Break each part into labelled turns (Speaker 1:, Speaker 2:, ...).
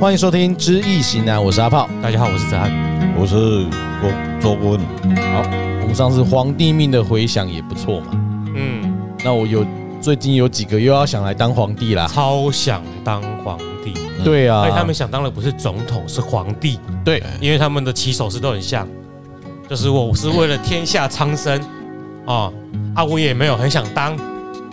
Speaker 1: 欢迎收听《知易行难》，我是阿炮。
Speaker 2: 大家好，我是子涵。
Speaker 3: 我是郭周坤，
Speaker 1: 我们上次皇帝命的回响也不错嘛，
Speaker 2: 嗯，
Speaker 1: 那我有最近有几个又要想来当皇帝啦。
Speaker 2: 超想当皇帝，
Speaker 1: 对啊
Speaker 2: 而且，嗯哎他们想当的不是总统，是皇帝，
Speaker 1: 对
Speaker 2: 因为他们的起手式都很像，就是我是为了天下苍生啊、啊，我也没有很想当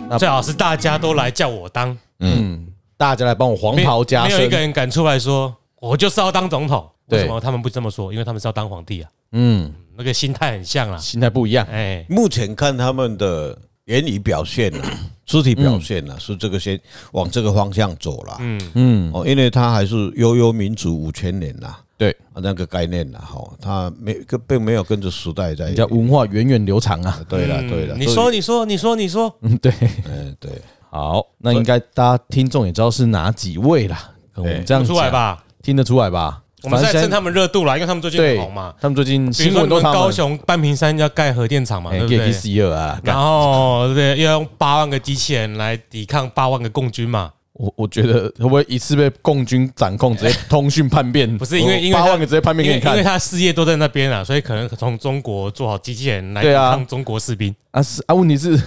Speaker 1: 那，
Speaker 2: 最好是大家都来叫我当，
Speaker 3: 嗯，
Speaker 1: 嗯，大家来帮我黄
Speaker 2: 没
Speaker 1: 袍加
Speaker 2: 没有一
Speaker 1: 身
Speaker 2: 个。人敢出来说我就是要当总统，为什
Speaker 1: 对
Speaker 2: 么他们不这么说？因为他们是要当皇帝啊，
Speaker 1: 嗯，
Speaker 2: 那个心态很像啦，
Speaker 1: 心态不一样。
Speaker 2: 哎，
Speaker 3: 目前看他们的言语表现呐、 肢体表现呐、是这个先往这个方向走了，
Speaker 2: 嗯，
Speaker 1: 嗯，
Speaker 3: 哦，因为他还是悠悠民族五千年呐、
Speaker 1: 对，
Speaker 3: 啊那个概念呐，哈，他没跟并没有跟着时代在
Speaker 1: 人，家文化源远流长啊。
Speaker 3: 对了
Speaker 2: 嗯
Speaker 3: 对了，
Speaker 2: 你
Speaker 3: 所
Speaker 2: 说
Speaker 3: 以，
Speaker 2: 你说你说你说，
Speaker 1: 嗯，对。
Speaker 3: 嗯对，
Speaker 1: 好，那应该大家听众也知道是哪几位啦。我们这样
Speaker 2: 出来
Speaker 1: 讲，
Speaker 2: 吧，
Speaker 1: 听得出来吧？
Speaker 2: 我们是
Speaker 1: 反
Speaker 2: 在
Speaker 1: 正
Speaker 2: 趁他们热度啦，因为他们最近
Speaker 1: 对
Speaker 2: 很红嘛。
Speaker 1: 他们最近
Speaker 2: 比如
Speaker 1: 新
Speaker 2: 说
Speaker 1: 闻
Speaker 2: 你
Speaker 1: 都
Speaker 2: 们
Speaker 1: 他们
Speaker 2: 高雄半屏山要盖核电厂嘛，
Speaker 1: 哎
Speaker 2: 对不
Speaker 1: g a
Speaker 2: 对？
Speaker 1: C 二啊。
Speaker 2: 然后对，要用八万个机器人来抵抗八万个共军嘛？
Speaker 1: 我我觉得会不会一次被共军掌控， 直接通讯叛变？
Speaker 2: 不是因为因为
Speaker 1: 八
Speaker 2: 他
Speaker 1: 万个直接叛变
Speaker 2: 因
Speaker 1: 给
Speaker 2: 为
Speaker 1: 你
Speaker 2: 因为
Speaker 1: 看
Speaker 2: 他事业都在那边啊，所以可能从中国做好机器人来抵
Speaker 1: 对啊
Speaker 2: 抗中国士兵。
Speaker 1: 啊是啊，问题是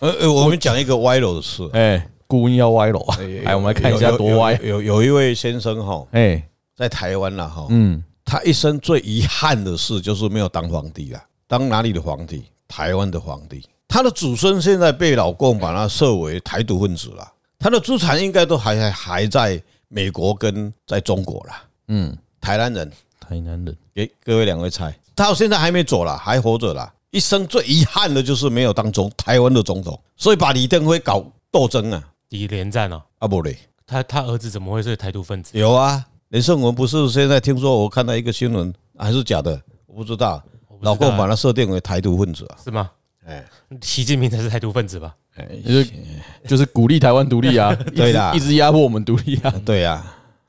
Speaker 3: 呃呃，我们讲一个歪楼的事，
Speaker 1: 哎，顾音要歪楼啊！哎，我们来看一下多歪啊
Speaker 3: 有。有有有一位先生哈，
Speaker 1: 哎，
Speaker 3: 在台湾了哈，
Speaker 1: 嗯，
Speaker 3: 他一生最遗憾的事就是没有当皇帝啊！当哪里的皇帝？台湾的皇帝。他的祖孙现在被老共把他设为台独分子了，他的资产应该都还还还在美国跟在中国了。
Speaker 1: 嗯，
Speaker 3: 台南人，
Speaker 1: 台南人
Speaker 3: 给各位两位猜，他到现在还没走了，还活着啦。一生最遗憾的就是没有当总台湾的总统，所以把李登辉搞斗争啊，
Speaker 2: 敌连战哦，
Speaker 3: 啊不嘞，
Speaker 2: 他他儿子怎么会是台独分子？
Speaker 3: 有啊。连胜文不是现在听说我看到一个新闻，还是假的，我不知道。
Speaker 2: 我不知道
Speaker 3: 老共把他设定为台独分子啊，
Speaker 2: 是吗？
Speaker 3: 哎
Speaker 2: 习近平才是台独分子吧？
Speaker 1: 哎就是就是鼓励台湾独立 啊，一直
Speaker 3: 对啦
Speaker 1: 一直压迫我们独立
Speaker 2: 嗯
Speaker 1: 啊。
Speaker 3: 对呀、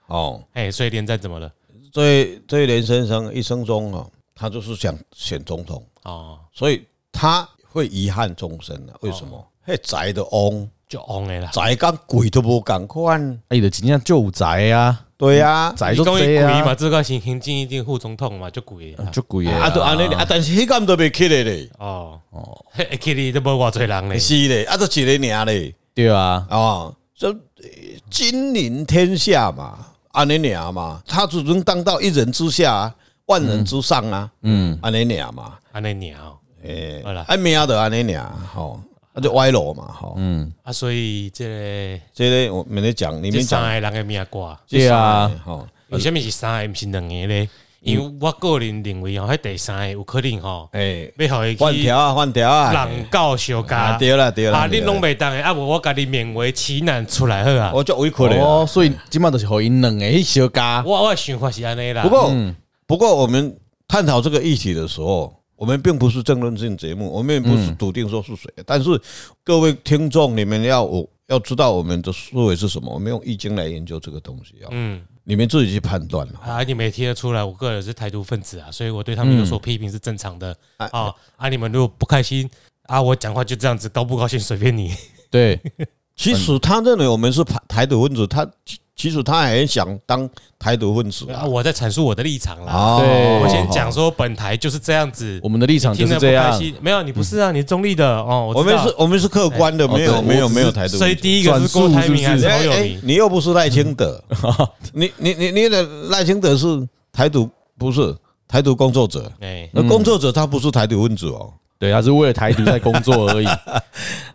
Speaker 3: 哦，
Speaker 2: 哎，所以连战怎么了？
Speaker 3: 这这连先生一生中啊，他就是想选总统，
Speaker 2: 哦，
Speaker 3: 所以他会遗憾终身啊。为什么？嘿，宅的翁，
Speaker 2: 就 on 了啦，
Speaker 3: 宅跟鬼都不敢看，
Speaker 1: 哎，的今天旧宅啊，
Speaker 3: 对呀、
Speaker 1: 宅
Speaker 2: 你
Speaker 1: 都
Speaker 2: 讲伊
Speaker 1: 这
Speaker 2: 鬼
Speaker 1: 样
Speaker 2: 嘛，这个行行进一定副总统嘛，就鬼
Speaker 1: 啊，就
Speaker 2: 嗯
Speaker 1: 鬼
Speaker 3: 啊，就安尼啊，但是迄间都袂起来咧，
Speaker 2: 哦 哦，嘿，Kitty 都无偌侪人
Speaker 1: 哎
Speaker 2: 嘞。
Speaker 3: 是咧，啊，都一个尔咧，
Speaker 1: 对啊，
Speaker 3: 啊，这呃君临天下嘛，安尼尔嘛，他只能当到一人之下啊，万人之上啊，嗯，安尼尔嘛，
Speaker 2: 安尼哦鸟
Speaker 3: 诶
Speaker 2: 好啦，
Speaker 3: 啊命就安尼尔，吼，啊就歪路嘛，吼，嗯，
Speaker 2: 啊，所以这
Speaker 3: 这个我们在讲，你
Speaker 2: 这
Speaker 3: 们
Speaker 2: 三
Speaker 3: 讲，呃
Speaker 2: 个人的命挂，
Speaker 3: 这三个
Speaker 1: 对啊，
Speaker 3: 吼，
Speaker 2: 为什么是三个，不是两个咧？因为我个人认为吼，迄第三个有可能吼，
Speaker 3: 诶，
Speaker 2: 要互伊
Speaker 3: 换
Speaker 2: 去
Speaker 3: 条啊，换条啊，
Speaker 2: 人教相
Speaker 3: 啊，
Speaker 2: 加
Speaker 3: 对啦，对啦，
Speaker 2: 啊，你
Speaker 3: 对啦
Speaker 2: 拢，袂当的啊，无我家己勉为其难出来好啊。
Speaker 3: 我就委屈了。
Speaker 1: 哦，所以今嘛都是互因两个小家，
Speaker 2: 我我的想法是安
Speaker 1: 啊
Speaker 2: 尼啦，
Speaker 3: 不过，
Speaker 1: 嗯
Speaker 3: 不过我们探讨这个议题的时候，我们并不是政论性节目，我们也不
Speaker 1: 嗯
Speaker 3: 是笃定说是谁，但是各位听众，你们要我要知道我们的思维是什么，我们用易经来研究这个东西啊，
Speaker 2: 嗯，
Speaker 3: 你们自己去判断了。
Speaker 2: 啊，你们也听得出来，我个人是台独分子啊，所以我对他们
Speaker 3: 嗯
Speaker 2: 有所批评是正常的啊。啊，你们如果不开心啊，我讲话就这样子，高不高兴随便你。
Speaker 3: 啊
Speaker 1: 对，
Speaker 3: 其实他认为我们是台台独分子，他其其实他也想当台独分子
Speaker 2: 啊，
Speaker 3: 啊。
Speaker 2: 我在阐述我的立场啦。
Speaker 3: 哦
Speaker 1: 对
Speaker 2: 我先讲，说，本台就是这样子
Speaker 1: 我，们的立场就
Speaker 2: 听
Speaker 1: 是
Speaker 2: 得不
Speaker 1: 这样
Speaker 2: 开。心。没有，你不是啊，你中立的哦。
Speaker 3: 我
Speaker 2: 知
Speaker 3: 们
Speaker 2: 道
Speaker 3: 是，我们是客观的，
Speaker 1: 哎
Speaker 3: 没有
Speaker 1: 哦对
Speaker 3: 没
Speaker 1: 我
Speaker 3: 有
Speaker 1: 只是
Speaker 3: 没有台独
Speaker 2: 所
Speaker 3: 分
Speaker 2: 以
Speaker 3: 子。
Speaker 2: 第一个是郭台铭还是侯友谊？
Speaker 3: 哎你又不是赖清 德，你你你你的赖清德是台独，不是台独工作者。
Speaker 2: 哎，
Speaker 3: 那工作者他不是台独分子哦。
Speaker 1: 对，他是为了台独在工作 而已。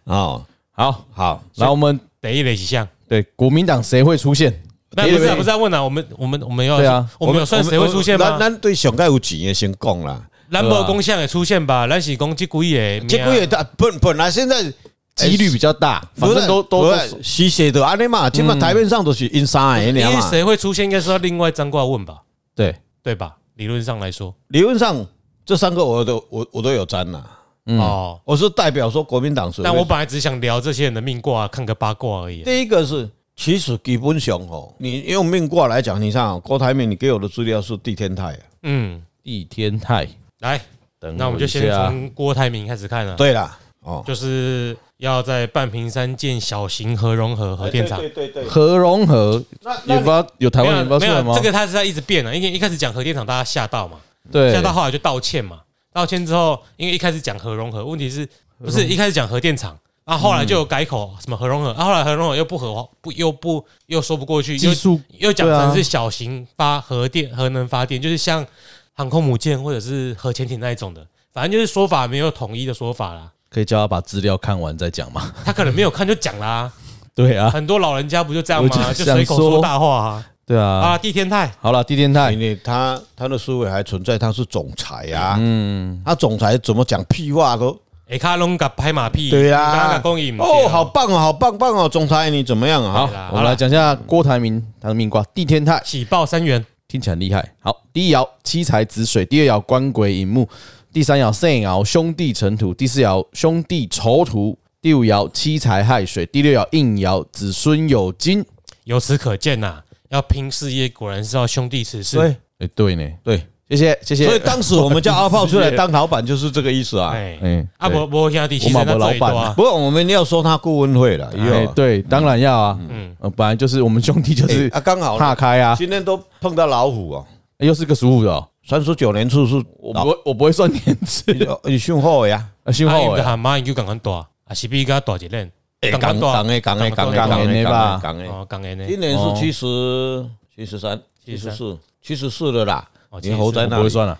Speaker 2: 哦
Speaker 3: 啊，
Speaker 1: 好，
Speaker 3: 好，
Speaker 1: 然后我们
Speaker 2: 等一类几项？
Speaker 1: 对国民党谁会出现？
Speaker 2: 那不是啊不是要问啊，我们我们我们要
Speaker 1: 对啊，
Speaker 2: 我们有算谁会出现
Speaker 3: 咱
Speaker 2: 吗？嗯
Speaker 3: 咱对上盖有钱的先讲啦，
Speaker 2: 兰博公像也出现吧？蓝喜公这股也
Speaker 3: 这个月他本本来现在
Speaker 1: 几
Speaker 2: 哎
Speaker 1: 率比较大，反正都都都是
Speaker 3: 是写的安尼啊嘛，起码台面上都是因啊三个
Speaker 2: 嗯因
Speaker 3: 尔
Speaker 2: 为
Speaker 3: 嘛。
Speaker 2: 啊谁会出现，应该是要另外张挂问吧？
Speaker 1: 对，
Speaker 2: 对吧？理论上来说，
Speaker 3: 理论上这三个我都我我都有沾啦，
Speaker 2: 哦，
Speaker 3: 我是代表说国民党是。
Speaker 2: 但我本来只想聊这些人的命卦，看个八卦而已。啊
Speaker 3: 第一个是，其实基本上哦，你用命卦来讲，你看啊郭台铭，你给我的资料是地天泰啊。
Speaker 2: 嗯，
Speaker 1: 易天泰。
Speaker 2: 来，
Speaker 1: 等
Speaker 2: 那我们就
Speaker 1: 一
Speaker 2: 先
Speaker 1: 下
Speaker 2: 从郭台铭开始看了。啊
Speaker 3: 对啦，哦，
Speaker 2: 就是要在半屏山建小型核融合核电厂。
Speaker 3: 对对对，对
Speaker 1: 核融合
Speaker 3: 那
Speaker 1: 研
Speaker 3: 那
Speaker 1: 发有台
Speaker 2: 没
Speaker 1: 湾
Speaker 2: 有
Speaker 1: 研发出
Speaker 2: 没
Speaker 1: 来
Speaker 2: 有，
Speaker 1: 吗
Speaker 2: 这？个它是在一直变啊的，因为一开始讲核电厂大家吓到嘛，
Speaker 1: 对
Speaker 2: 吓，到后来就道歉嘛，道歉之后，因为一开始讲核融合，问题是不是一开始讲核电厂，啊后来就有改口什么核融合，啊后来核融合又不合不又不又说不过去，又
Speaker 1: 嗯技术
Speaker 2: 又讲
Speaker 1: 对啊
Speaker 2: 成是小型发核电、核能发电，就是像航空母舰或者是核潜艇那一种的，反正就是说法没有统一的说法啦。
Speaker 1: 可以叫他把资料看完再讲吗？
Speaker 2: 他可能没有看就讲啦、
Speaker 1: 对啊，
Speaker 2: 很多老人家不就这样
Speaker 1: 我
Speaker 2: 吗？
Speaker 1: 就
Speaker 2: 就随口说
Speaker 1: 想说
Speaker 2: 大话
Speaker 1: 对
Speaker 2: 啊！
Speaker 1: 啊。
Speaker 2: 啊，地天泰
Speaker 1: 好了，地天泰
Speaker 3: 因，为他他的思维还存在，他是总裁啊，嗯，他总裁怎么讲屁话都
Speaker 2: 哎，卡隆嘎拍马屁，
Speaker 3: 对
Speaker 2: 刚
Speaker 3: 啊
Speaker 2: 刚公益
Speaker 3: 哦，好棒哦，好棒棒哦，总裁你怎么样啊？
Speaker 1: 好
Speaker 2: 对啦，
Speaker 1: 我
Speaker 2: 好
Speaker 1: 们
Speaker 2: 啦
Speaker 1: 来讲一下郭台铭他的命卦地天泰，
Speaker 2: 喜报三元，
Speaker 1: 听起来很厉害。好，第一爻七财子水，第二爻官鬼寅木，第三爻肾爻兄弟辰土，第四爻兄弟丑土，第五爻七财亥水，第六爻应爻子孙有金。
Speaker 2: 由此可见呐、要拼事业果然是要兄弟此事。
Speaker 3: 对
Speaker 1: 哎，对呢，
Speaker 3: 对，
Speaker 1: 谢谢谢谢。
Speaker 3: 所以当时我们叫阿炮出来当老板就是这个意思啊。
Speaker 2: 哎、
Speaker 1: 哎
Speaker 2: 啊
Speaker 1: 对
Speaker 2: 伯伯兄弟，其
Speaker 1: 我
Speaker 2: 实
Speaker 1: 嘛
Speaker 2: 那
Speaker 1: 没
Speaker 2: 最
Speaker 1: 老板
Speaker 2: 多啊
Speaker 1: 啊，
Speaker 3: 不过我们要说他顾问会了，也
Speaker 1: 哎
Speaker 3: 有
Speaker 1: 对，当然要啊，
Speaker 2: 嗯
Speaker 1: 嗯，呃本来就是我们兄弟就是
Speaker 3: 哎啊，刚好
Speaker 1: 岔开啊，
Speaker 3: 今天都碰到老虎哦，
Speaker 1: 哎又是个属虎的哦，
Speaker 3: 三十九年处是
Speaker 1: 我
Speaker 3: 老
Speaker 1: 不会我不会算年次，
Speaker 3: 你训后呀，
Speaker 1: 啊幸
Speaker 2: 啊，
Speaker 1: 好
Speaker 2: 因
Speaker 1: 哎
Speaker 2: 的喊妈，你就赶快大啊，是比他大一任，
Speaker 3: 哎
Speaker 2: 赶快
Speaker 3: 诶港诶港诶
Speaker 2: 港
Speaker 3: 港
Speaker 1: 诶
Speaker 3: 诶
Speaker 1: 港诶
Speaker 3: 港诶，
Speaker 2: 哦，讲的呢，
Speaker 3: 今年是七十七十三、七十四、七十四的啦
Speaker 2: 哦。
Speaker 3: 你猴在
Speaker 1: 我
Speaker 3: 那
Speaker 1: 不会
Speaker 3: 里，
Speaker 1: 算了，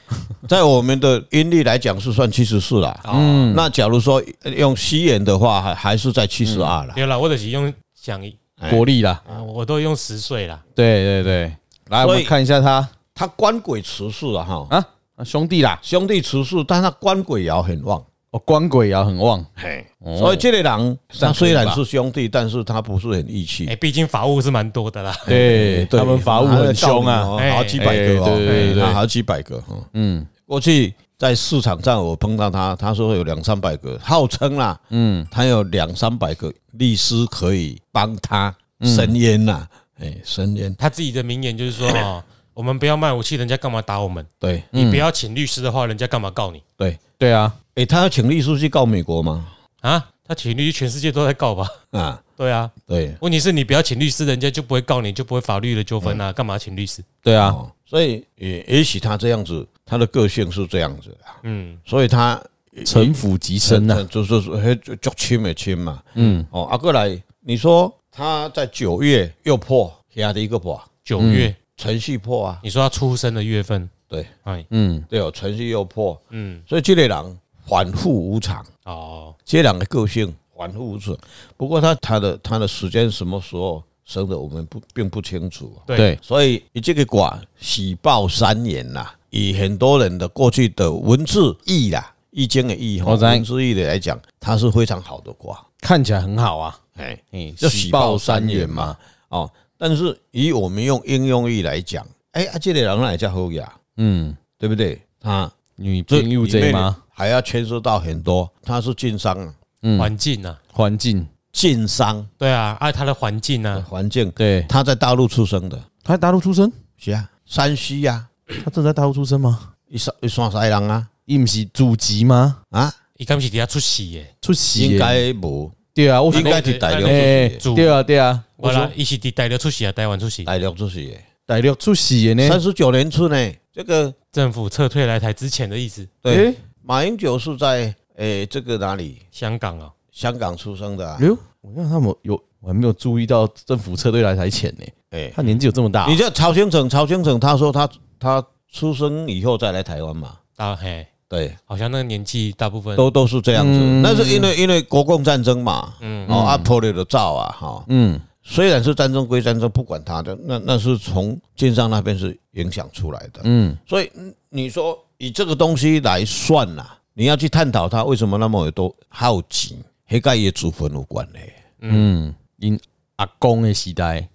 Speaker 3: 在我们的阴历来讲是算七十四啦。
Speaker 2: 嗯，
Speaker 3: 那假如说用西元的话，还还是在七十二啦。
Speaker 2: 对了，我就是用想一，
Speaker 3: 哎
Speaker 1: 国力啦，
Speaker 2: 啊我都用十岁啦，
Speaker 1: 对对对，来
Speaker 3: 所以
Speaker 1: 我们看一下他
Speaker 3: 他官鬼持世啊，哈，
Speaker 1: 啊啊兄弟啦，
Speaker 3: 兄弟持世，但他官鬼爻很旺。
Speaker 1: 哦官鬼爻很旺，
Speaker 3: 嘿，
Speaker 1: 哦
Speaker 3: 所以这个人
Speaker 1: 这
Speaker 3: 他
Speaker 1: 样可
Speaker 3: 虽
Speaker 1: 以吧
Speaker 3: 然是兄弟，但是他不是很义气
Speaker 2: 哎，。毕竟法务是蛮多的啦，
Speaker 1: 对哎他们法务很凶啊，
Speaker 2: 哎
Speaker 3: 好几百个哦，
Speaker 1: 哎对对对
Speaker 3: 哎好几百个。嗯
Speaker 1: 嗯
Speaker 3: 过去在市场上我碰到他，他说有两三百个，号称啦，
Speaker 1: 嗯，
Speaker 3: 他有两三百个律师可以帮他
Speaker 1: 嗯
Speaker 3: 伸冤呐，哎，伸冤。
Speaker 2: 他自己的名言就是
Speaker 1: 哎
Speaker 2: 说哦，我们不要卖武器，人家干嘛打我们？
Speaker 3: 对
Speaker 1: 嗯
Speaker 2: 你不要请律师的话，人家干嘛告你
Speaker 3: 对，
Speaker 1: 对啊，
Speaker 3: 哎，他要请律师去告美国吗？
Speaker 2: 啊？他请律师，全世界都在告吧？
Speaker 3: 啊，
Speaker 2: 对啊，
Speaker 3: 对
Speaker 2: 问题是你不要请律师，人家就不会告你，就不会法律的纠纷啊，干嘛请律师？
Speaker 1: 对啊，
Speaker 3: 哦，所以也也许他这样子，他的个性是这样子的，
Speaker 2: 嗯，
Speaker 3: 所以他
Speaker 1: 城府极深呐，
Speaker 3: 呃就是说就就亲没亲嘛，嗯，哦，啊，过来，你说他在九月又破，压力一个破，
Speaker 2: 九月，
Speaker 3: 程序破啊，
Speaker 2: 你说他出生的月份，
Speaker 3: 嗯对
Speaker 2: 哎，
Speaker 1: 嗯，
Speaker 3: 对哦，程序又破，
Speaker 2: 嗯，
Speaker 3: 所以这类人反复无常，
Speaker 2: 哦，
Speaker 3: 这两个个性反复无常。不过他他的他的时间什么时候生的，我们不并不清楚、啊，
Speaker 2: 对，
Speaker 1: 对，
Speaker 3: 所以你这个卦喜报三年呐、以很多人的过去的文字意啦，易经的易哈，
Speaker 1: 我知道
Speaker 3: 文字意的来讲，它是非常好的卦，
Speaker 1: 看起来很好啊，
Speaker 3: 哎。
Speaker 1: 嗯，
Speaker 3: 就喜报三元嘛。哦，但是以我们用应用义来讲，哎、啊，这个人哪叫好呀？
Speaker 1: 嗯，
Speaker 3: 对不对？他
Speaker 1: 女偏右
Speaker 3: 里
Speaker 1: 这
Speaker 3: 面
Speaker 1: 吗？
Speaker 3: 还要牵涉到很多，他是晋商啊，
Speaker 1: 嗯
Speaker 2: 环境啊，
Speaker 1: 环境，
Speaker 3: 晋商
Speaker 2: 对啊，爱他的环境啊，
Speaker 3: 环境，
Speaker 1: 对，
Speaker 3: 他在大陆出生的，
Speaker 1: 他在大陆出生，
Speaker 3: 是啊，山西呀、
Speaker 1: 他正在大陆出生吗？
Speaker 3: 一山一山西人啊，
Speaker 1: 伊不是祖籍吗？
Speaker 3: 啊，
Speaker 2: 伊敢是底下出戏耶，
Speaker 1: 出席
Speaker 3: 应该无，
Speaker 1: 对啊，我
Speaker 3: 应该是大陆出
Speaker 1: 哎，
Speaker 3: 去的，
Speaker 2: 主
Speaker 1: 对啊对啊，
Speaker 2: 我
Speaker 1: 我
Speaker 2: 啦
Speaker 1: 说，
Speaker 2: 伊是伫台湾出席啊，台湾出席，
Speaker 3: 大陆出去的，
Speaker 1: 大陆出席的
Speaker 3: 三
Speaker 1: 呢，
Speaker 3: 十九年出呢，这个
Speaker 2: 政府撤退来台之前的意思，
Speaker 3: 对，
Speaker 1: 哎，
Speaker 3: 马英九是在诶这个哪里？
Speaker 2: 香港哦，
Speaker 3: 香港出生的、啊，
Speaker 1: 哎呦，我让他们有，我还没有注意到政府撤退来台前呢，
Speaker 3: 哎、
Speaker 1: 他年纪有这么大啊
Speaker 3: 你，叫曹先生，曹先生他说他他出生以后再来台湾嘛，
Speaker 2: 大啊嘿，
Speaker 3: 对，
Speaker 2: 好像那个年纪大部分
Speaker 3: 都都是这样子。
Speaker 1: 嗯
Speaker 3: 那是因为因为国共战争嘛，嗯，哦，阿婆的照啊，哈、
Speaker 1: 嗯，
Speaker 3: 虽然是战争归战争，不管他的，那那是从晋商那边是影响出来的，嗯，所以嗯你说以这个东西来算呐、你要去探讨它为什么那么有多好奇，黑盖也祖坟有关嘞、
Speaker 1: 嗯，因阿公的时代，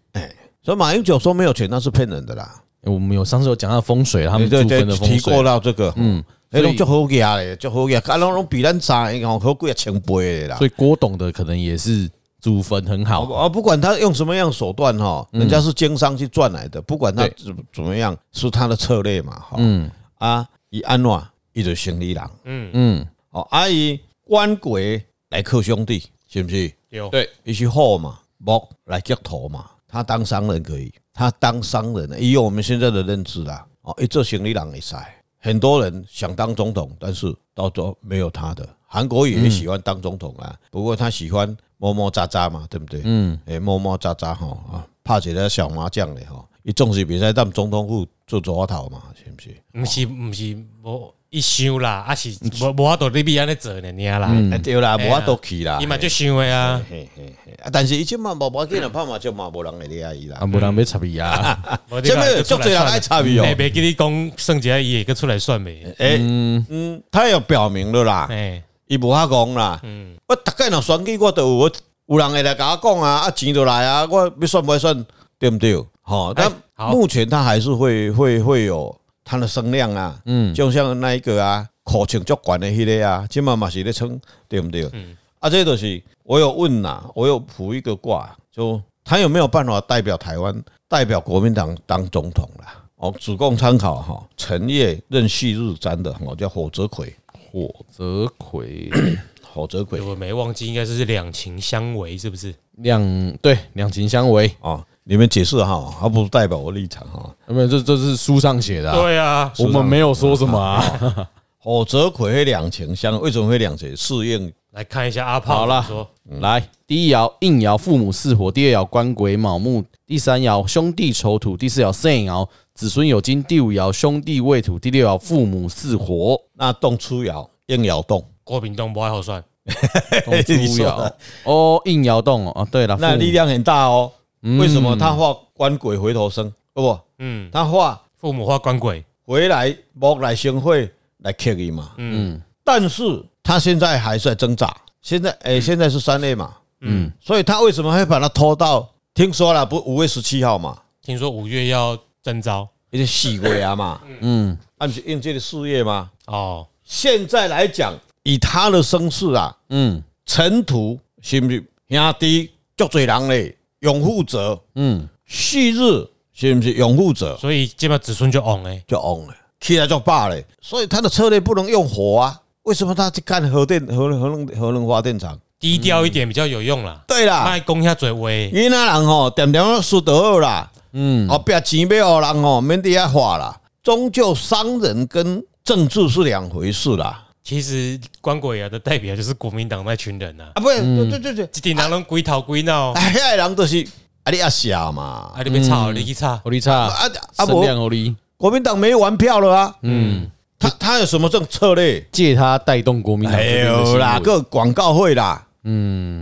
Speaker 3: 所以马英九说没有钱，那是骗人的啦。
Speaker 1: 我们有上次有讲到风水，他们
Speaker 3: 对
Speaker 1: 祖
Speaker 3: 对
Speaker 1: 坟的风
Speaker 3: 提过
Speaker 1: 水，
Speaker 3: 到这个，嗯，
Speaker 1: 所
Speaker 3: 哎，
Speaker 1: 以
Speaker 3: 拢足好价嘞，足好价，啊，拢拢比咱差，伊讲好几啊千倍的啦
Speaker 1: 所。以郭董的可能也是祖坟很好，
Speaker 3: 啊，不管他用什么样手段哈，人家是经商去赚来的，不管他
Speaker 1: 嗯对
Speaker 3: 怎么怎么样，是他的策略嘛哈。
Speaker 1: 嗯
Speaker 3: 啊，伊安怎伊就生理人，
Speaker 2: 嗯
Speaker 1: 嗯，
Speaker 3: 哦，啊伊官鬼来克兄弟，是不是？
Speaker 2: 有
Speaker 1: 对
Speaker 3: 伊是好嘛，木来接头嘛，他当商人可以，他当商人，以我们现在的认知啦，哦，一做行李郎也塞，很多人想当总统，但是到最后没有他的。韩国瑜也喜欢当总统啊，不过他喜欢摸摸喳喳嘛，对不对？嗯，哎，摸摸喳喳吼啊，拍起来小麻将嘞吼，伊总是比赛当总统府做抓头嘛，是不是？
Speaker 2: 毋是毋是无伊想啦，啊是
Speaker 3: 嗯
Speaker 2: 无无法度你比安尼做呢，你啦，
Speaker 3: 啊对啦，
Speaker 2: 哎
Speaker 3: 无
Speaker 2: 呀
Speaker 3: 法度去啦
Speaker 2: 伊。嘛就想诶啊，
Speaker 3: 嘿嘿嘿啊，但是伊即嘛无无要紧啦，拍麻将嘛无人会理伊啦
Speaker 1: 啊，。无人要插伊 啊，
Speaker 2: 无你
Speaker 3: 这
Speaker 2: 看
Speaker 3: 边有
Speaker 2: 就
Speaker 3: 足
Speaker 2: 出
Speaker 3: 多
Speaker 2: 来
Speaker 3: 人
Speaker 2: 算
Speaker 3: 爱
Speaker 2: 了
Speaker 3: 插伊哦
Speaker 2: 哎，。袂记你讲算一下伊会个出来算袂？
Speaker 3: 诶、嗯，他有表明了啦，
Speaker 2: 哎，
Speaker 3: 伊无法讲啦。我大概若选举，我都有我有人会来甲我讲啊，啊钱就来啊，我要选不选，对不对？好，但
Speaker 2: 好
Speaker 3: 目前他还是会会会有他的声量啊。嗯，就像那一个啊，口情足管的迄个啊，即嘛嘛是咧撑，对不对？嗯，啊，这就是我有问啦、我有卜一个卦，就他有没有办法代表台湾，代表国民党当总统啦？哦，只供参考哈。陈业任旭日占的，哦，叫火泽魁，
Speaker 1: 火泽葵
Speaker 3: 火泽魁。
Speaker 2: 我没忘记，应该是两情相违，是不是？
Speaker 1: 两对两情相违，
Speaker 3: 哦，你们解释哈，而不代表我立场哈。
Speaker 1: 啊没有，这这是书上写的啊，
Speaker 2: 对啊，
Speaker 1: 我们没有说什么啊。
Speaker 3: 火泽魁会两情相，为什么会两情？适应
Speaker 2: 来看一下阿炮
Speaker 1: 好啦
Speaker 2: 怎么 说
Speaker 1: 来，第一爻应爻父母是火，第二爻官鬼卯木，第三爻兄弟丑土，第四爻肾爻子孙有金，第五爻兄弟未土，第六爻父母是火。
Speaker 3: 那动出爻，应爻动。
Speaker 2: 郭炳东不爱好算，
Speaker 1: 动初
Speaker 3: 哎你说
Speaker 1: 爻
Speaker 3: 的
Speaker 1: 哦，应爻动哦，啊对了，
Speaker 3: 那
Speaker 1: 父母
Speaker 3: 力量很大哦。为什么他画官鬼回头生？哦不，
Speaker 2: 嗯，
Speaker 3: 他画
Speaker 2: 父母画官鬼，
Speaker 3: 回来木来生会来克你嘛。嗯，但是他现在还在挣扎。现在哎、现在是三类嘛。嗯，所以他为什么会把它拖到？听说了，不五月十七号嘛，
Speaker 2: 听说五月要征招
Speaker 3: 也是四月啊嘛，
Speaker 1: 嗯，
Speaker 3: 啊不是应届的四月嘛。
Speaker 2: 哦，
Speaker 3: 现在来讲，以他的声势啊，
Speaker 1: 嗯
Speaker 3: 尘土是不是兄弟足侪人嘞？拥护者
Speaker 1: 嗯，
Speaker 3: 旭日是不是拥护者
Speaker 2: 所以这边子孙就旺欸诶，
Speaker 3: 就旺了，起来就罢了。所以他的策略不能用火啊。为什么他去干核电、核能、核能、核能发电厂？
Speaker 2: 低调一点比较有用啦，
Speaker 3: 对
Speaker 1: 嗯啊
Speaker 3: 啦，
Speaker 2: 卖公下嘴威，
Speaker 3: 云南人吼，点点输得好啦，
Speaker 1: 嗯，
Speaker 3: 后壁钱要互人吼，免得遐花啦。终究商人跟政治是两回事啦。
Speaker 2: 其实官鬼啊的代表就是国民党那群人呐、啊，
Speaker 3: 啊，不是，对对对对，
Speaker 2: 一定人拢鬼头鬼
Speaker 1: 哦
Speaker 2: 脑，
Speaker 3: 哎，遐人都是啊，你啊傻嘛，
Speaker 2: 啊你别
Speaker 1: 嗯
Speaker 2: 吵，你去吵，
Speaker 1: 狐狸差，
Speaker 3: 啊啊
Speaker 1: 声
Speaker 3: 不，
Speaker 1: 哎量狐狸，
Speaker 3: 国民党没玩票了啊。嗯，他他有什么政策嘞？
Speaker 1: 借他带动国民党
Speaker 3: 哎
Speaker 1: 这边的
Speaker 3: 呦啦，
Speaker 1: 新闻。
Speaker 3: 个广告会啦。嗯，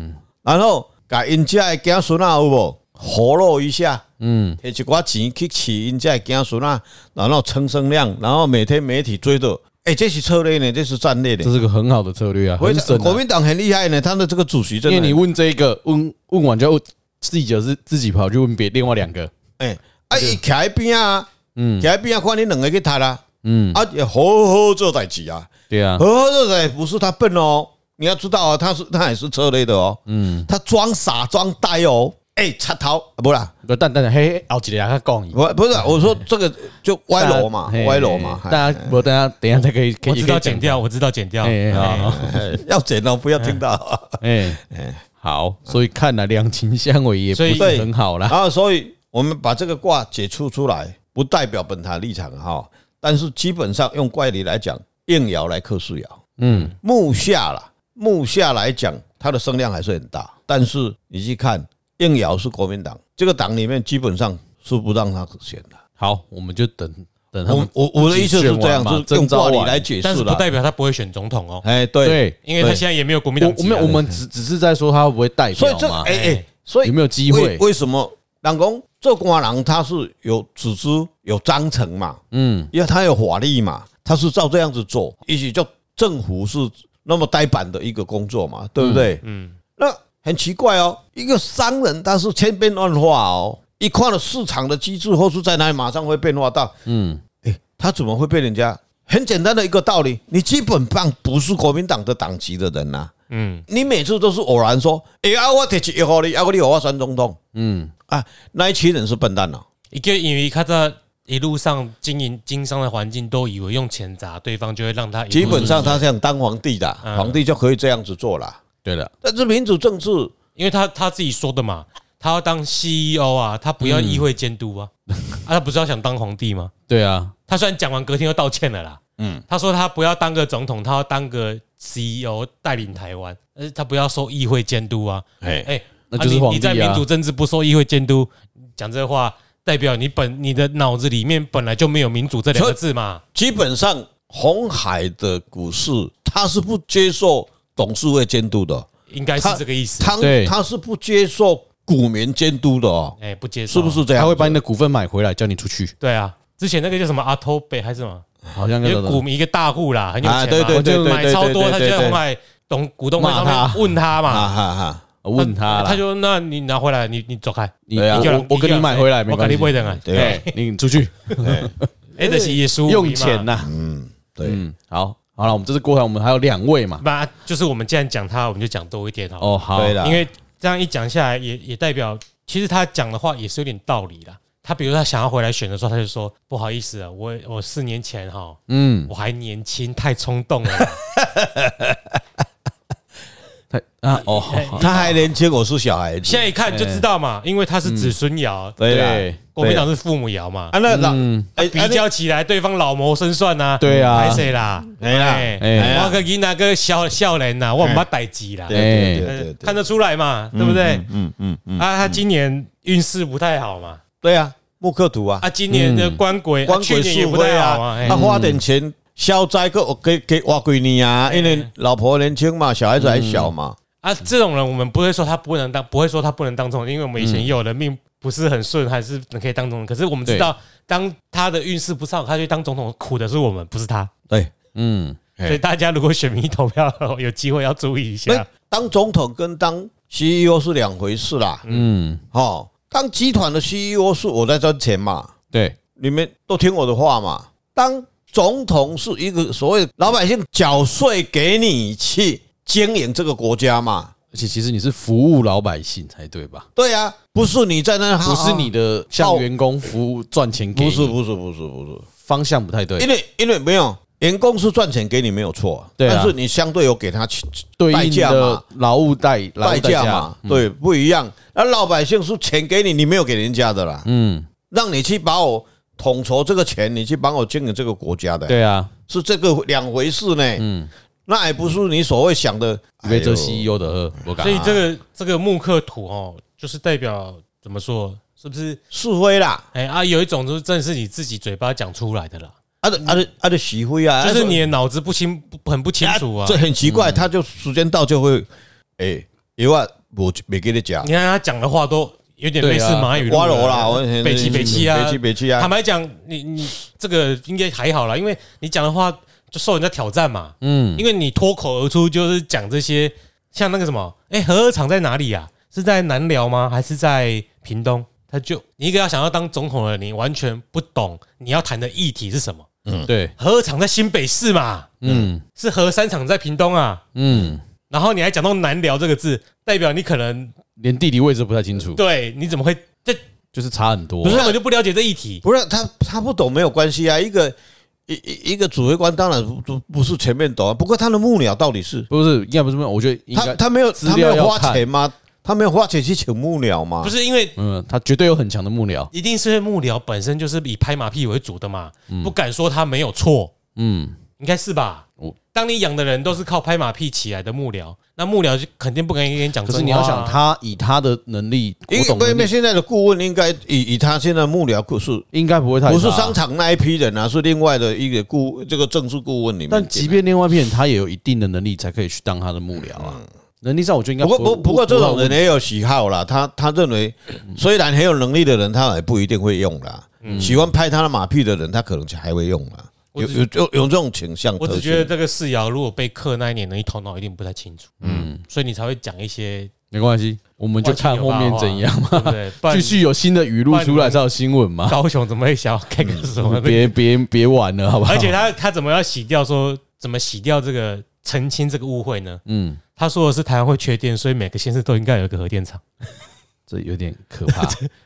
Speaker 3: 然后甲因家的子孙啊有无活络一下，
Speaker 1: 嗯，
Speaker 3: 摕一寡钱去饲因家的子孙啊，然后蹭声量，然后每天媒体追着。哎，这是策略呢，这是战略
Speaker 1: 这
Speaker 3: 呢。
Speaker 1: 是个很好的策略啊，
Speaker 3: 国
Speaker 1: 很
Speaker 3: 民
Speaker 1: 省
Speaker 3: 党
Speaker 1: 啊
Speaker 3: 国民党很厉害呢，他的这个主席真
Speaker 1: 因
Speaker 3: 的
Speaker 1: 为
Speaker 3: 很
Speaker 1: 你问这个，问问完就自己就是自己跑去问别另外两个，
Speaker 3: 哎，啊，伊徛喺边啊，嗯，徛喺边啊，看你两个去谈啊，
Speaker 1: 嗯，
Speaker 3: 啊，也好好做代志啊，
Speaker 1: 对啊，
Speaker 3: 何何热也不是他笨哦，你要知道啊，他是他也是车类的哦，嗯，他装傻装呆哦，哎，插头啊不啦，
Speaker 1: 不但但嘿，后一个人他讲伊
Speaker 3: 我不是啊我说这个就歪楼 嘛，歪楼嘛，哎
Speaker 1: 大家我等下等一下再可以，可以
Speaker 2: 我知道剪，掉，我知道剪掉，
Speaker 1: 可嗯以讲哎
Speaker 2: 哎
Speaker 1: 好，
Speaker 3: 哎要剪哦，不要听到，
Speaker 1: 哎哎，好，所以看来两情相违也不
Speaker 2: 所以
Speaker 1: 是很好
Speaker 3: 然
Speaker 1: 啦，
Speaker 3: 后所以我们把这个卦解出出来，不代表本台立场哈，但是基本上用怪理来讲，应爻来克四爻，
Speaker 1: 嗯，
Speaker 3: 木下啦，木下来讲，它的声量还是很大。但是你去看，应爻是国民党，这个党里面基本上是不让他选的。
Speaker 1: 好，我们就等等他
Speaker 3: 我
Speaker 1: 们，
Speaker 3: 我我的意思是这样，
Speaker 1: 自己选完嘛
Speaker 3: 就是
Speaker 1: 征
Speaker 3: 用
Speaker 1: 召
Speaker 3: 道
Speaker 1: 完
Speaker 3: 理来解
Speaker 2: 但
Speaker 3: 释
Speaker 2: 是不
Speaker 3: 了。
Speaker 2: 代表他不会选总统哦，
Speaker 3: 哎，对，
Speaker 1: 对，
Speaker 2: 因为他
Speaker 3: 对
Speaker 2: 现在也没有国民
Speaker 1: 我
Speaker 2: 党
Speaker 1: 我
Speaker 2: 籍
Speaker 1: 们
Speaker 2: 啊，
Speaker 1: 我们只只是在说他会不会代
Speaker 3: 所以
Speaker 1: 表
Speaker 3: 这
Speaker 1: 嘛，
Speaker 3: 哎哎
Speaker 2: 哎，
Speaker 3: 所以
Speaker 1: 有没有机会
Speaker 3: 为？为什么人讲做官人他是有组织有章程嘛？
Speaker 1: 嗯，
Speaker 3: 因为他有法律嘛，他是照这样子做，也许就政府是那么呆板的一个工作嘛，对不对？嗯，那很奇怪哦，一个商人他是千变万化哦，一看了市场的机制或是在哪里，马上会变化到，嗯，哎，他怎么会被人家？很简单的一个道理，你基本上不是国民党的党籍的人呐、
Speaker 2: 嗯，
Speaker 3: 你每次都是偶然说，哎、啊，我提一号你，啊，我你给我选总统，嗯，啊，那一群人是笨蛋哦了、
Speaker 2: 一个因为他在一路上经营经商的环境，都以为用钱砸对方就会让他一路
Speaker 3: 基本上他想当皇帝的，皇帝就可以这样子做了。
Speaker 1: 对了，
Speaker 3: 但是民主政治
Speaker 2: 因为他他自己说的嘛，他要当 CEO 啊，他不要议会监督啊，
Speaker 1: 嗯
Speaker 2: 啊，他不是要想当皇帝吗？
Speaker 1: 对啊，
Speaker 2: 他虽然讲完隔天又道歉了啦，嗯，他说他不要当个总统，他要当个 CEO 带领台湾，但是他不要受议会监督啊，
Speaker 3: 哎
Speaker 2: 哎、
Speaker 1: 那就是
Speaker 2: 啊
Speaker 1: 皇
Speaker 2: 你
Speaker 1: 帝啊
Speaker 2: 你在民主政治不受议会监督，讲这话代表你本你的脑子里面本来就没有民主这两个字嘛，
Speaker 3: 基本上红海的股市，它是不接受董事会监督的，
Speaker 2: 应该是
Speaker 3: 他
Speaker 2: 这个意思。
Speaker 3: 它
Speaker 1: 对
Speaker 3: 它是不接受股民监督的哦，
Speaker 2: 哎、不接受
Speaker 3: 是不？是这样？
Speaker 1: 他会把你的股份买回来，叫你出去，
Speaker 2: 对啊，之前那个叫什么阿托北还是什么，
Speaker 1: 好像
Speaker 2: 一
Speaker 1: 叫
Speaker 2: 个股
Speaker 1: 做
Speaker 2: 民一个大户啦，很有钱嘛，
Speaker 3: 啊对对对
Speaker 2: 就
Speaker 3: 对
Speaker 2: 买
Speaker 3: 对
Speaker 2: 超
Speaker 3: 对
Speaker 2: 多，
Speaker 3: 对
Speaker 2: 他就
Speaker 3: 对
Speaker 2: 在
Speaker 3: 对
Speaker 2: 红海董股东会上
Speaker 1: 骂
Speaker 2: 面
Speaker 1: 他
Speaker 2: 问他
Speaker 3: 啊
Speaker 2: 嘛，
Speaker 3: 哈哈，
Speaker 1: 问他
Speaker 2: 他
Speaker 1: 了，
Speaker 2: 就那你拿回来，你你走开，
Speaker 1: 你
Speaker 3: 对啊
Speaker 2: 叫人
Speaker 1: 我我跟你买回来没
Speaker 2: 我肯
Speaker 1: 关系
Speaker 2: 定不，会等啊，
Speaker 3: 对啊，
Speaker 1: 哎你出去
Speaker 2: 哎，这是耶稣
Speaker 1: 用钱啊呐，
Speaker 3: 嗯，对，
Speaker 1: 嗯，好，好了，我们这次过来，我们还有两位嘛，
Speaker 2: 那就是我们既然讲他，我们就讲多一点哦，
Speaker 1: 哦，好，
Speaker 3: 对了，
Speaker 2: 因为这样一讲下来，也也代表其实他讲的话也是有点道理啦。他比如说他想要回来选的时候，他就说不好意思啊，我我四年前哈，
Speaker 1: 嗯，
Speaker 2: 我还年轻，太冲动了 啦，
Speaker 1: 他啊，哦，好好，
Speaker 3: 他还年轻，我是小孩子
Speaker 2: 现，在一看就知道嘛，
Speaker 3: 嗯
Speaker 2: 因为他是子孙爻，
Speaker 3: 对啦，
Speaker 2: 国民党是父母爻嘛
Speaker 3: 啊，，那老哎
Speaker 2: 比较起来，对方老谋深算呐、啊，
Speaker 1: 对啊
Speaker 2: 还谁啦？
Speaker 3: 哎呀
Speaker 1: 哎呀
Speaker 2: 我个囡仔个笑笑人呐，我唔怕代志啦
Speaker 3: 对，啊对对对，
Speaker 2: 看得出来嘛，对不对？
Speaker 3: 嗯嗯嗯，
Speaker 2: 啊，他今年运势不太好嘛，
Speaker 3: 对啊，木刻图啊，
Speaker 2: 啊，今年的官鬼，
Speaker 3: 嗯官
Speaker 2: 啊去
Speaker 3: 鬼
Speaker 2: 年也
Speaker 3: 是
Speaker 2: 不
Speaker 3: 非
Speaker 2: 太好
Speaker 3: 啊
Speaker 2: 嘛，，哎
Speaker 3: 他花点钱消灾个，给给挖几年啊，
Speaker 2: 嗯
Speaker 3: 因为老婆年轻嘛，小孩子还小嘛，
Speaker 2: 啊，这种人我们不会说他不能当，不会说他不能当总统，因为我们以前也有人命不是很顺，还是可以当总统。可是我们知道，当他的运势不上，他去当总统苦的是我们，不是他。
Speaker 3: 对，
Speaker 1: 嗯，
Speaker 3: 哎
Speaker 2: 所以大家如果选民投票有机会要注意一
Speaker 3: 那
Speaker 2: 下。
Speaker 3: 哎当总统跟当 CEO 是两回事啦，
Speaker 1: 嗯，
Speaker 3: 哦，当集团的 CEO 是我在赚钱嘛，
Speaker 1: 对，
Speaker 3: 你们都听我的话嘛。当总统是一个所谓老百姓缴税给你去经营这个国家嘛，
Speaker 1: 而且其实你是服务老百姓才对吧？
Speaker 3: 对啊，不是你在那哦
Speaker 1: 不是你，的向员工服务赚钱给
Speaker 3: 不
Speaker 1: 你，
Speaker 3: 是啊不是不是不是，
Speaker 1: 方向不太对
Speaker 3: 因，为因为没有员工是赚钱给你没有错，
Speaker 1: 对啊
Speaker 3: 但是你相对有给他去
Speaker 1: 对
Speaker 3: 代
Speaker 1: 应
Speaker 3: 价
Speaker 1: 的
Speaker 3: 嘛
Speaker 1: 劳务代嗯劳务
Speaker 3: 代价嘛，对，不一样。那老百姓是钱给你，你没有给人家的啦，
Speaker 1: 嗯，
Speaker 3: 让你去把我统筹这个钱，你去帮我经营这个国家的，
Speaker 1: 对啊，
Speaker 3: 是这个两回事呢。嗯，那也不是你所谓想的，
Speaker 1: 因为这 E
Speaker 3: 哎呦
Speaker 1: CEO 的呵，我
Speaker 2: 所
Speaker 1: 敢啊
Speaker 3: 啊
Speaker 2: 以这个这个木刻土哦，就是代表怎么说，是不是？
Speaker 3: 是非啦。
Speaker 2: 哎啊，有一种就是真的是你自己嘴巴讲出来的啦，
Speaker 3: 啊就啊就啊就洗灰啊，
Speaker 2: 就是你的脑子不清不很不清楚啊
Speaker 3: 这。很奇怪，他就时间到就会，哎，有啊，我没给你讲
Speaker 2: 你，看他讲的话都有点类似
Speaker 1: 对啊
Speaker 2: 马语录
Speaker 3: 挖楼
Speaker 2: 了
Speaker 3: 啦，我
Speaker 2: 北齐北齐啊
Speaker 3: 北齐北齐
Speaker 2: 坦
Speaker 3: 啊，
Speaker 2: 白讲，你你这个应该还好啦，因为你讲的话就受人家挑战嘛。嗯，因为你脱口而出就是讲这些，像那个什么，哎、核二厂在哪里啊？是在南寮吗？还是在屏东？他就你一个要想要当总统的人，你完全不懂你要谈的议题是什么。
Speaker 1: 对，
Speaker 2: 核二厂在新北市嘛，
Speaker 1: 嗯
Speaker 2: 是核三厂在屏东啊。
Speaker 1: 嗯，
Speaker 2: 然后你还讲到南寮这个字，代表你可能
Speaker 1: 连地理位置都不太清楚，
Speaker 2: 对你怎么会这
Speaker 1: 就是差很多，
Speaker 2: 不是根本就不了解这议题？
Speaker 3: 不是他他不懂没有关系啊，一个一一一个指挥官当然不不不是全面懂啊，不过他的幕僚到底是
Speaker 1: 不是应该不是，我觉得应
Speaker 3: 他
Speaker 1: 该
Speaker 3: 他没有
Speaker 1: 资料
Speaker 3: 他没有
Speaker 1: 要
Speaker 3: 花
Speaker 1: 看
Speaker 3: 钱吗？他没有花钱去请幕僚吗？
Speaker 2: 不是因为
Speaker 1: 嗯，他绝对有很强的幕僚，
Speaker 2: 一定是幕僚本身就是以拍马屁为主的嘛，不敢说他没有错，
Speaker 1: 嗯，
Speaker 2: 应该是吧
Speaker 1: 我？
Speaker 2: 当你养的人都是靠拍马屁起来的幕僚，那幕僚就肯定不敢跟你讲真
Speaker 1: 可
Speaker 2: 话啊。
Speaker 1: 是你要想他以他的能力，
Speaker 3: 因
Speaker 1: 我懂
Speaker 3: 为
Speaker 1: 能
Speaker 3: 因为
Speaker 1: 力
Speaker 3: 现在的顾问应该以以他现在幕僚故事，
Speaker 1: 应该不会太
Speaker 3: 不
Speaker 1: 差
Speaker 3: 是
Speaker 1: 啊
Speaker 3: 商场那一批人啊，是另外的一个顾这个政治顾问里面。
Speaker 1: 但即便另外一片他也有一定的能力才可以去当他的幕僚啊，能力上我觉得应该
Speaker 3: 嗯不过
Speaker 1: 会
Speaker 3: 不不过这种人
Speaker 1: 会啊
Speaker 3: 也有喜好啦，他他认为虽然很有能力的人，他也不一定会用啦。喜欢拍他的马屁的人，他可能就还会用啦。
Speaker 2: 嗯我
Speaker 3: 有
Speaker 2: 只
Speaker 3: 有有有这种倾向特
Speaker 2: 我
Speaker 3: 性。
Speaker 2: 只觉得这个世瑶如果被克那一年，你头脑一定不太清楚，嗯，所以你才会讲一些
Speaker 1: 没关系，我们就看后面怎样
Speaker 2: 对不
Speaker 1: 嘛。
Speaker 2: 对？不然
Speaker 1: 继续有新的语录出
Speaker 2: 不
Speaker 1: 来
Speaker 2: 然
Speaker 1: 才有新闻嘛，
Speaker 2: 高雄怎么会想要开个什么？
Speaker 1: 别别别玩了，好不好？
Speaker 2: 而且他他怎么要洗掉说怎么洗掉这个澄清这个误会呢？
Speaker 1: 嗯，
Speaker 2: 他说的是台湾会缺电，所以每个县市都应该有一个核电厂，
Speaker 1: 这有点可怕。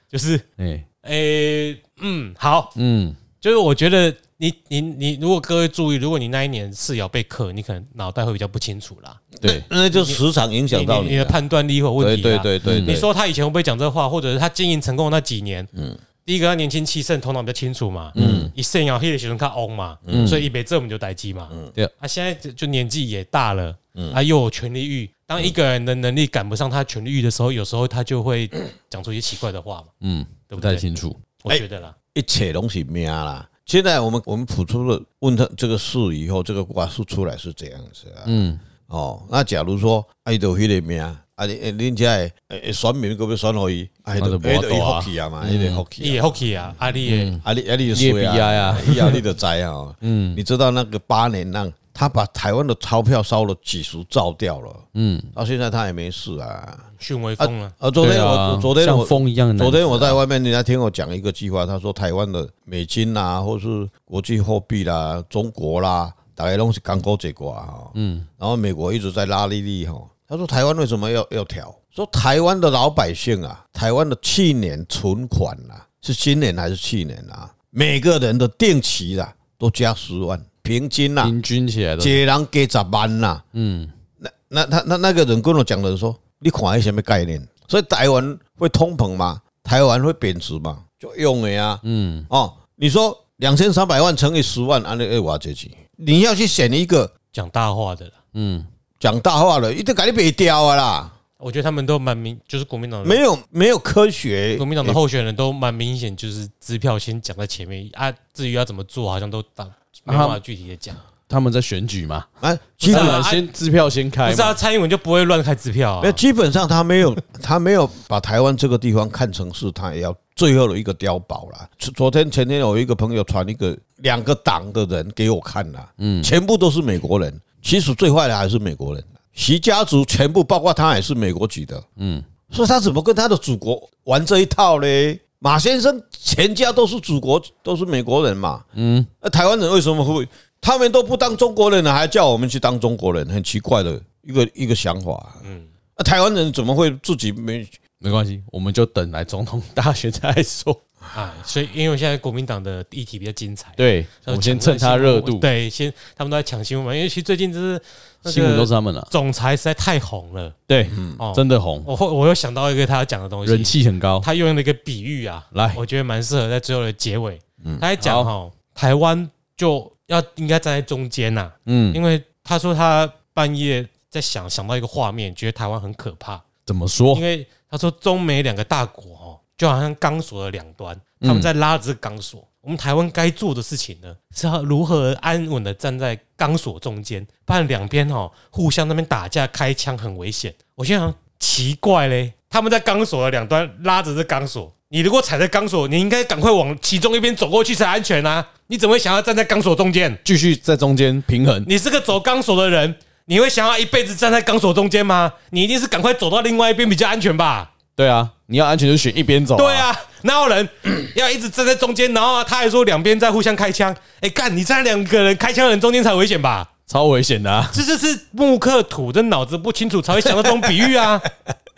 Speaker 2: 就是
Speaker 1: 哎，
Speaker 2: 诶、嗯，好，
Speaker 1: 嗯，
Speaker 2: 就是我觉得你你你，如果各位注意，如果你那一年四爻被克，你可能脑袋会比较不清楚啦，
Speaker 1: 对，
Speaker 3: 那就时常影响
Speaker 2: 你
Speaker 3: 到
Speaker 2: 你
Speaker 3: 你
Speaker 2: 你的
Speaker 3: 啊。
Speaker 2: 判断力会有问
Speaker 3: 对
Speaker 2: 题。嗯
Speaker 3: 对，对对，对
Speaker 2: 你说他以前会不会讲这话，或者是他经营成功的那几年，嗯，第一个他年轻气盛，头脑比较清楚嘛，嗯，一盛爻黑的时候他 on 嘛，
Speaker 3: 嗯
Speaker 2: 所以一被这我们就待机嘛，嗯，
Speaker 1: 对，
Speaker 2: 他现在就年纪也大了，嗯，他又有权力欲，当一个人的能力赶不上他权力欲的时候，有时候他就会讲出一些奇怪的话嘛，
Speaker 1: 嗯，不
Speaker 2: 对不
Speaker 1: 太
Speaker 2: 对？
Speaker 1: 清楚，
Speaker 2: 我觉得啦，
Speaker 3: 一切东西命啦。现在我们我们普出了问他这个事以后，这个卦术出来是这样子啊。
Speaker 1: 嗯，
Speaker 3: 哦，那假如说爱豆迄个命，啊，恁恁家的诶选民可要选互伊，啊，
Speaker 2: 嗯
Speaker 3: 迄
Speaker 1: 那就
Speaker 3: 就
Speaker 1: 没办
Speaker 3: 迄就
Speaker 1: 法
Speaker 3: 伊
Speaker 1: 啊
Speaker 3: 福气啊嘛，迄个福
Speaker 2: 也
Speaker 3: 气啊。
Speaker 2: 好奇啊，阿丽也
Speaker 3: 啊你啊你就衰
Speaker 1: 你的悲哀啊
Speaker 3: 啊， 以后你就知啊。嗯，你知道那个八年浪，他把台湾的钞票烧了几十兆掉了，嗯，到现在他也没事啊。
Speaker 2: 巽微风了，
Speaker 3: 啊，昨天
Speaker 1: 对
Speaker 3: 我、
Speaker 1: 啊
Speaker 3: 昨天
Speaker 1: 像
Speaker 3: 我
Speaker 1: 风一样的男
Speaker 3: 昨
Speaker 1: 子，
Speaker 3: 天我在外面，人家听我讲一个计划，他说台湾的美金啦、或是国际货币啦、中国啦，大概都是港股这挂哈。嗯，然后美国一直在拉利率哈。他说台湾为什么要要调？说台湾的老百姓啊，台湾的去年存款啊，是今年还是去年啊？每个人的定期啊，都加十万，平均啦、啊，
Speaker 1: 平均起来的，
Speaker 3: 一人给十万啦、嗯，那那他那那个人跟我讲的说，你看一什么概念？所以台湾会通膨吗？台湾会贬值吗？就用了呀。嗯，哦，你说两千三百万乘以十万，安啊尼要瓦这钱，你要去选一个
Speaker 2: 讲大话的啦。
Speaker 1: 嗯
Speaker 3: 讲大话的，一定给你别掉啊啦。
Speaker 2: 我觉得他们都蛮明，就是国民党的
Speaker 3: 没有没有科学
Speaker 2: 国，民党的候选人都蛮明显，就是支票先讲在前面啊，至于要怎么做，好像都打没办法具体的讲。
Speaker 1: 他们在选举 嘛，
Speaker 3: 啊，
Speaker 1: 基
Speaker 3: 基
Speaker 1: 本
Speaker 3: 本
Speaker 1: 上先支票先
Speaker 2: 不
Speaker 1: 开
Speaker 2: 是
Speaker 1: 嘛，
Speaker 2: 啊，蔡英文就不会乱开支票
Speaker 3: 没有
Speaker 2: 啊。
Speaker 3: 基本上他没有 他没有把台湾这个地方看成是他也要最后的一个碉堡啦。昨昨天前天有一个朋友传一个两个党的人给我看啦，嗯，全部都是美国人，其实最坏的还是美国人，习家族全部包括他也是美国籍的，嗯，所以他怎么跟他的祖国玩这一套嘞？马先生全家都是祖国，都是美国人嘛，嗯，那台湾人为什么会？他们都不当中国人了，还叫我们去当中国人，很奇怪的一个一个想法、那啊台湾人怎么会自己没？
Speaker 1: 没关系，我们就等来总统大选再说。
Speaker 2: 啊，所以因为现在国民党的议题比较精彩，
Speaker 1: 对， 我
Speaker 2: 所以
Speaker 1: 们
Speaker 2: 抢
Speaker 1: 先
Speaker 2: 这
Speaker 1: 趁
Speaker 2: 个
Speaker 1: 他
Speaker 2: 新闻
Speaker 1: 热
Speaker 2: 我
Speaker 1: 度，
Speaker 2: 对，先他们都在抢新闻嘛，因为其实最近就是那
Speaker 1: 新闻都
Speaker 2: 个
Speaker 1: 是他们的，
Speaker 2: 总裁实在太红了。
Speaker 1: 对，
Speaker 2: 哦
Speaker 1: 真的红，
Speaker 2: 我会我又想到一个他要讲的东
Speaker 1: 人
Speaker 2: 西，
Speaker 1: 气很高。
Speaker 2: 他用了一个比喻啊，
Speaker 1: 来嗯
Speaker 2: 我觉得蛮适合在最后的结尾，他在讲哈，台湾就要应该站在中间呐，
Speaker 1: 嗯，
Speaker 2: 因为他说他半夜在想想到一个画面，觉得台湾很可怕，
Speaker 1: 怎么说
Speaker 2: 因？为他说中美两个大国哦，就好像钢索的两端，他们在拉着这个钢索。我们台湾该做的事情呢，是要如何安稳的站在钢索中间，不然两边哦互相那边打架开枪很危险。我心想奇怪嘞，他们在钢索的两端拉着这钢索，你如果踩在钢索，你应该赶快往其中一边走过去才安全啊！你怎么会想要站在钢索中间？
Speaker 1: 继续在中间平衡，
Speaker 2: 你是个走钢索的人，你会想要一辈子站在钢索中间吗？你一定是赶快走到另外一边比较安全吧？
Speaker 1: 对啊，你要安全就选一边走、
Speaker 2: 对，啊，哪有人 要一直站在中间，然后他还说两边在互相开枪？哎，干，你站在两个人开枪的人中间才危险吧？
Speaker 1: 超危险的、啊。
Speaker 2: 这就是木克土，这脑子不清楚才会想到这种比 喻啊！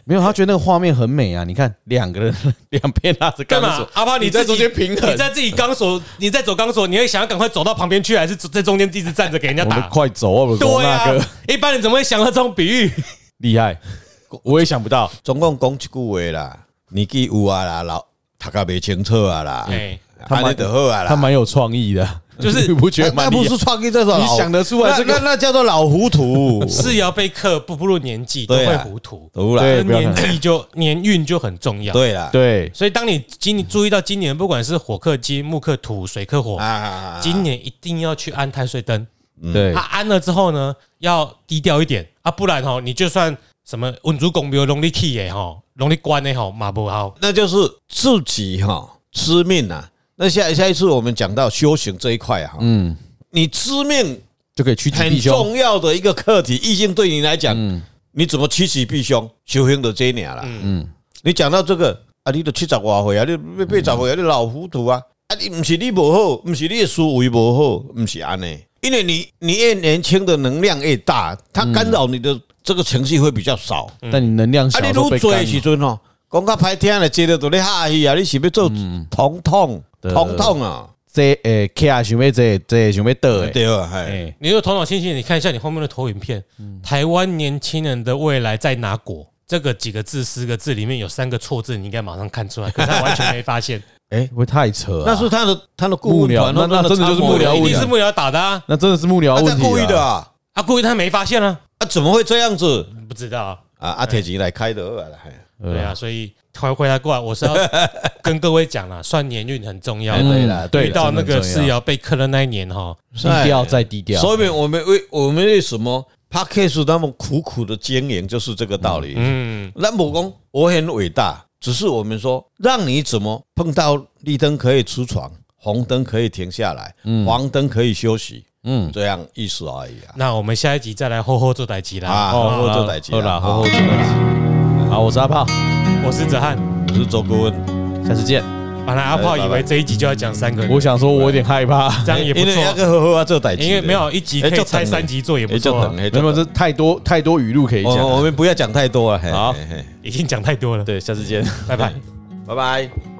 Speaker 1: 没有，他觉得那个画面很美啊。你看，两个人两边拉着
Speaker 2: 干
Speaker 1: 钢
Speaker 2: 嘛
Speaker 1: 索，？
Speaker 2: 阿炮，
Speaker 1: 你
Speaker 2: 自
Speaker 1: 在
Speaker 2: 己
Speaker 1: 中间平衡
Speaker 2: 你在自己钢索，你在走钢索，你会想要赶快走到旁边去，还是在中间一直站着给人家
Speaker 1: 我们
Speaker 2: 打？
Speaker 1: 快走啊！我们
Speaker 2: 对
Speaker 1: 那
Speaker 2: 啊
Speaker 1: 个，
Speaker 2: 一般人怎么会想到这种 比喻？
Speaker 1: 厉害，我也想不到。
Speaker 3: 总共讲一句话啦，年纪有啊啦，老读个未清楚啊啦，
Speaker 2: 哎，
Speaker 3: 他们就好啊
Speaker 1: 他
Speaker 3: 啦。
Speaker 1: 蛮有创意的，
Speaker 2: 就是。
Speaker 1: 你不觉得
Speaker 3: 那
Speaker 1: 蛮
Speaker 3: 不
Speaker 1: 厉害
Speaker 3: 是？创意，这种
Speaker 1: 你想得出来这个
Speaker 3: 那那那叫做老糊 涂
Speaker 2: 是要被克，不不论年纪都
Speaker 3: 对
Speaker 2: 会
Speaker 3: 啊
Speaker 2: 糊涂，
Speaker 3: 对啦，
Speaker 1: 对
Speaker 2: 而
Speaker 1: 不要看
Speaker 2: 年纪就年运就很重要。
Speaker 3: 对啦，
Speaker 1: 对，
Speaker 2: 所以当你今年注意到今年不管是火克金、木克土、水克火，
Speaker 3: 啊，
Speaker 2: 今年一定要去安太岁灯。
Speaker 1: 对
Speaker 2: 它，安了之后呢，要低调一点啊，不然哦，你就算什么稳主公，比如龙力 key 也好，龙力关也好，马不好，
Speaker 3: 那就是自己哈知命啊。那下下一次我们讲到修行这一块哈，
Speaker 1: 嗯，
Speaker 3: 你知命
Speaker 1: 就可以趋吉
Speaker 3: 很
Speaker 1: 避凶。
Speaker 3: 重要的一个课题，易经对你来讲，你怎么趋吉避凶，修行的这一年啦。
Speaker 1: 嗯嗯
Speaker 3: 嗯，你讲到这个啊，你都七十外岁啊，你八八十岁啊，你老糊涂啊，啊，你不是你不好，不是你的思维不好，不是安尼，因为你你越年轻的能量越大，它干扰你的这个情绪会比较少。
Speaker 1: 但你能嗯量小
Speaker 3: 啊，你
Speaker 1: 的时候
Speaker 3: 愈
Speaker 1: 被
Speaker 3: 做
Speaker 1: 干
Speaker 3: 的
Speaker 1: 扰嗯
Speaker 3: 时阵哦吼，讲较歹听的，接着都咧下去啊，你是要做统统
Speaker 1: 对
Speaker 3: 统统啊，
Speaker 1: 这诶，起来想要这这想要倒诶，
Speaker 3: 对啊，哎，
Speaker 1: 诶，
Speaker 2: 你有头脑清醒，你看一下你后面的投影片，
Speaker 1: 嗯
Speaker 2: 台湾年轻人的未来在哪国？这个几个字、四个字里面有三个错字，你应该马上看出来，可是他完全没 发现，
Speaker 1: 哎，会不会太扯啊？
Speaker 3: 那是他的他的顾问团，
Speaker 1: 幕僚那那真的就是幕僚
Speaker 2: 一
Speaker 1: 问题
Speaker 2: 定是幕僚打的啊！
Speaker 1: 那真的是幕僚
Speaker 3: 他
Speaker 1: 问题啊
Speaker 3: 故意的啊，
Speaker 2: 啊，故意他没发现啊，
Speaker 3: 啊，怎么会这样子
Speaker 2: 不知道啊，
Speaker 3: 啊？阿铁吉来开的哎二了，嘿
Speaker 2: 对啊，所以回回答过来，我是要跟各位讲啦， 算年运很重要
Speaker 1: 哎
Speaker 2: 的。
Speaker 1: 对啦，对啦
Speaker 2: 遇到那个
Speaker 1: 真
Speaker 2: 四
Speaker 1: 的
Speaker 2: 爻被克的那一年哈，
Speaker 1: 很重要低调再低调，
Speaker 3: 哎所以我们为我们为什么 p a c k a g e 那么苦苦的经营，就是这个道理。
Speaker 2: 嗯，
Speaker 3: 那某公我很伟大，只是我们说让你怎么碰到绿灯可以出闯，红灯可以停下来，黄灯可以休息，嗯，这样意思而已啊。
Speaker 2: 那我们下一集再来吼吼做代级啦。
Speaker 3: 啊，好好做代志
Speaker 1: 好啦，好
Speaker 3: 啦，好
Speaker 1: 好做代志。好，我是阿炮，
Speaker 2: 我是哲翰，
Speaker 3: 我是周顾问，
Speaker 1: 下次见。
Speaker 2: 本来阿炮以为这一集就要讲三个，
Speaker 1: 我想说，我有点害怕，
Speaker 2: 这样也不
Speaker 3: 因为要
Speaker 2: 错，
Speaker 3: 跟好好做啊代志，
Speaker 2: 因为没有一集可
Speaker 3: 哎
Speaker 2: 以
Speaker 3: 就
Speaker 2: 拆
Speaker 3: 等
Speaker 2: 三集做也
Speaker 3: 哎，
Speaker 2: 不
Speaker 3: 就
Speaker 2: 错啊
Speaker 3: 等，，哎，
Speaker 1: 没
Speaker 3: 就
Speaker 1: 有，这
Speaker 3: 等。
Speaker 1: 太多太多语录可以讲
Speaker 3: 我我
Speaker 1: 了。
Speaker 3: 们不要讲太多了，嘿
Speaker 1: 好
Speaker 3: 嘿嘿
Speaker 2: 已经讲太多了，
Speaker 3: 哎
Speaker 1: 对，下次见。
Speaker 2: 拜拜。
Speaker 3: 拜拜。